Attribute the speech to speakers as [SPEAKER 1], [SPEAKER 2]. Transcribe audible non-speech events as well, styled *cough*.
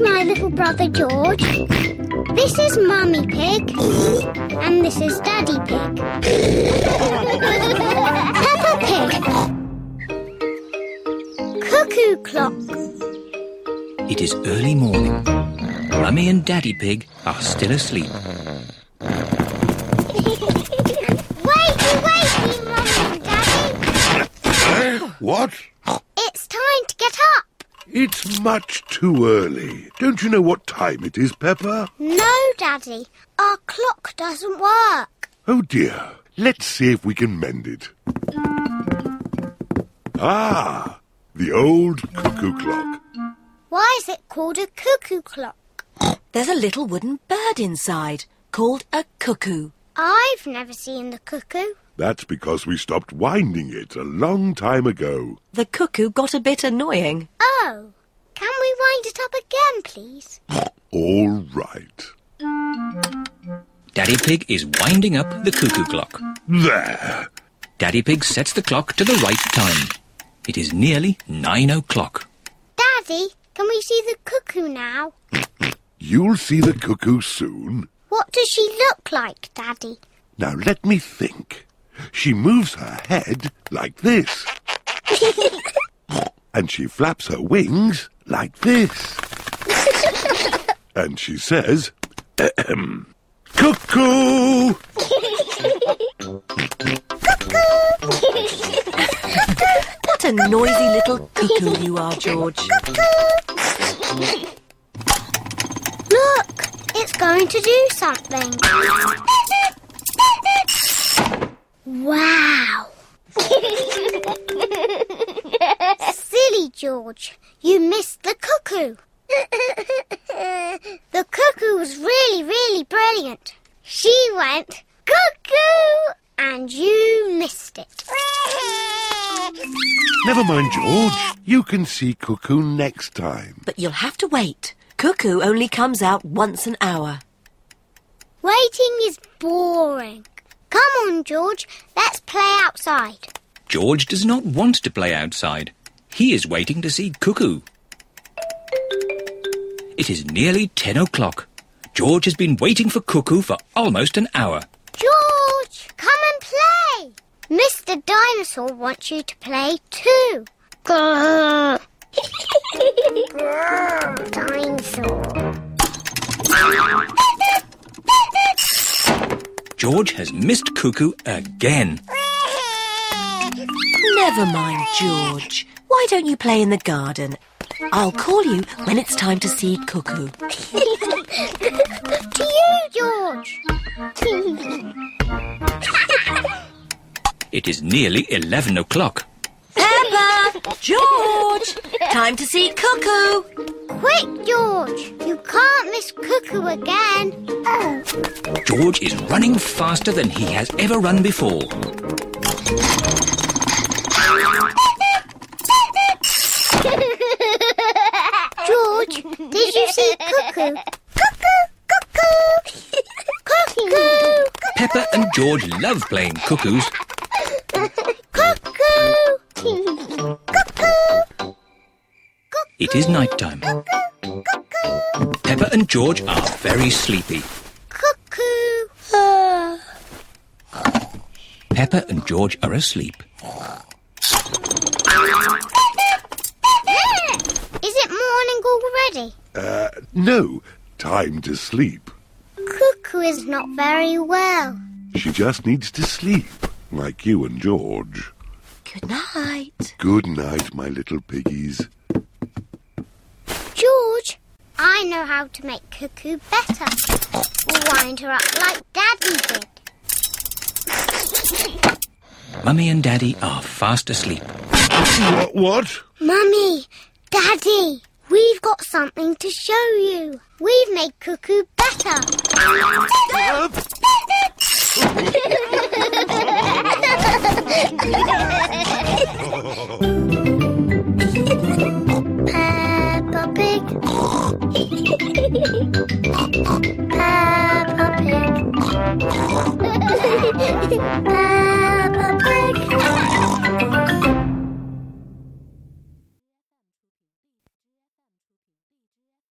[SPEAKER 1] my little brother George. This is Mummy Pig. And this is Daddy Pig. Peppa Pig. Cuckoo clock.
[SPEAKER 2] It is early morning. Mummy and Daddy Pig are still asleep.
[SPEAKER 1] wakey, wakey, Mummy and Daddy.
[SPEAKER 3] What?
[SPEAKER 1] It's time to get up.
[SPEAKER 3] It's much too early. Don't you know what time it is, Pepper?
[SPEAKER 1] No, Daddy. Our clock doesn't work.
[SPEAKER 3] Oh dear. Let's see if we can mend it. Ah, the old cuckoo clock.
[SPEAKER 1] Why is it called a cuckoo clock?
[SPEAKER 4] There's a little wooden bird inside called a cuckoo.
[SPEAKER 1] I've never seen the cuckoo.
[SPEAKER 3] That's because we stopped winding it a long time ago.
[SPEAKER 4] The cuckoo got a bit annoying.
[SPEAKER 1] Oh, can we wind it up again, please?
[SPEAKER 3] All right.
[SPEAKER 2] Daddy Pig is winding up the cuckoo clock.
[SPEAKER 3] There.
[SPEAKER 2] Daddy Pig sets the clock to the right time. It is nearly nine o'clock.
[SPEAKER 1] Daddy, can we see the cuckoo now?
[SPEAKER 3] You'll see the cuckoo soon.
[SPEAKER 1] What does she look like, Daddy? *laughs*
[SPEAKER 3] Now let me think. She moves her head like this. and she flaps her wings like this. and she says, ahem, Cuckoo!
[SPEAKER 4] What a noisy little cuckoo you are, George.
[SPEAKER 1] Look, it's going to do something. Wow. Silly George, you missed the cuckoo. the cuckoo was really, really brilliant. She went cuckoo and you missed it.
[SPEAKER 3] Never mind, George. You can see cuckoo next time.
[SPEAKER 4] But you'll have to wait. Cuckoo only comes out once an hour.
[SPEAKER 1] Waiting is boring. Come on, George, let's play outside.
[SPEAKER 2] George does not want to play outside. He is waiting to see Cuckoo. It is nearly ten o'clock. George has been waiting for Cuckoo for almost an hour.
[SPEAKER 1] George, come and play. Mr. Dinosaur wants you to play too. Grrr. Grrr, Dinosaur.
[SPEAKER 2] George has missed Cuckoo again.
[SPEAKER 4] Never mind, George. Why don't you play in the garden? I'll call you when it's time to see Cuckoo.
[SPEAKER 1] *laughs* to you, George. *laughs*
[SPEAKER 2] It is nearly eleven o'clock.
[SPEAKER 4] Peppa! George! Time to see Cuckoo!
[SPEAKER 1] Quick, George. You can't miss Cuckoo again. Oh.
[SPEAKER 2] George is running faster than he has ever run before.
[SPEAKER 1] George, did you see Cuckoo? Cuckoo, Cuckoo. Cuckoo,
[SPEAKER 2] Pepper and George love playing cuckoos.
[SPEAKER 1] Cuckoo. Cuckoo.
[SPEAKER 2] It is nighttime. Pepper and George are very sleepy.
[SPEAKER 1] Cuckoo.
[SPEAKER 2] Pepper and George are asleep.
[SPEAKER 1] Is it morning already?
[SPEAKER 3] Uh, no. Time to sleep.
[SPEAKER 1] Cuckoo is not very well.
[SPEAKER 3] She just needs to sleep, like you and George.
[SPEAKER 4] Good night.
[SPEAKER 3] Good night, my little piggies.
[SPEAKER 1] George, I know how to make Cuckoo better. We'll wind her up like Daddy did.
[SPEAKER 2] Mummy and Daddy are fast asleep.
[SPEAKER 3] What? What?
[SPEAKER 1] Mummy, Daddy, we've got something to show you. We've made Cuckoo better.